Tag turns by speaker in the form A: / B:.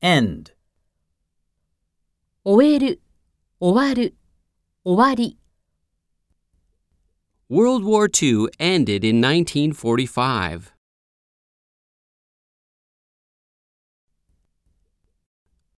A: end,
B: 終える、終わる、終わり。
C: World War II ended in 1945.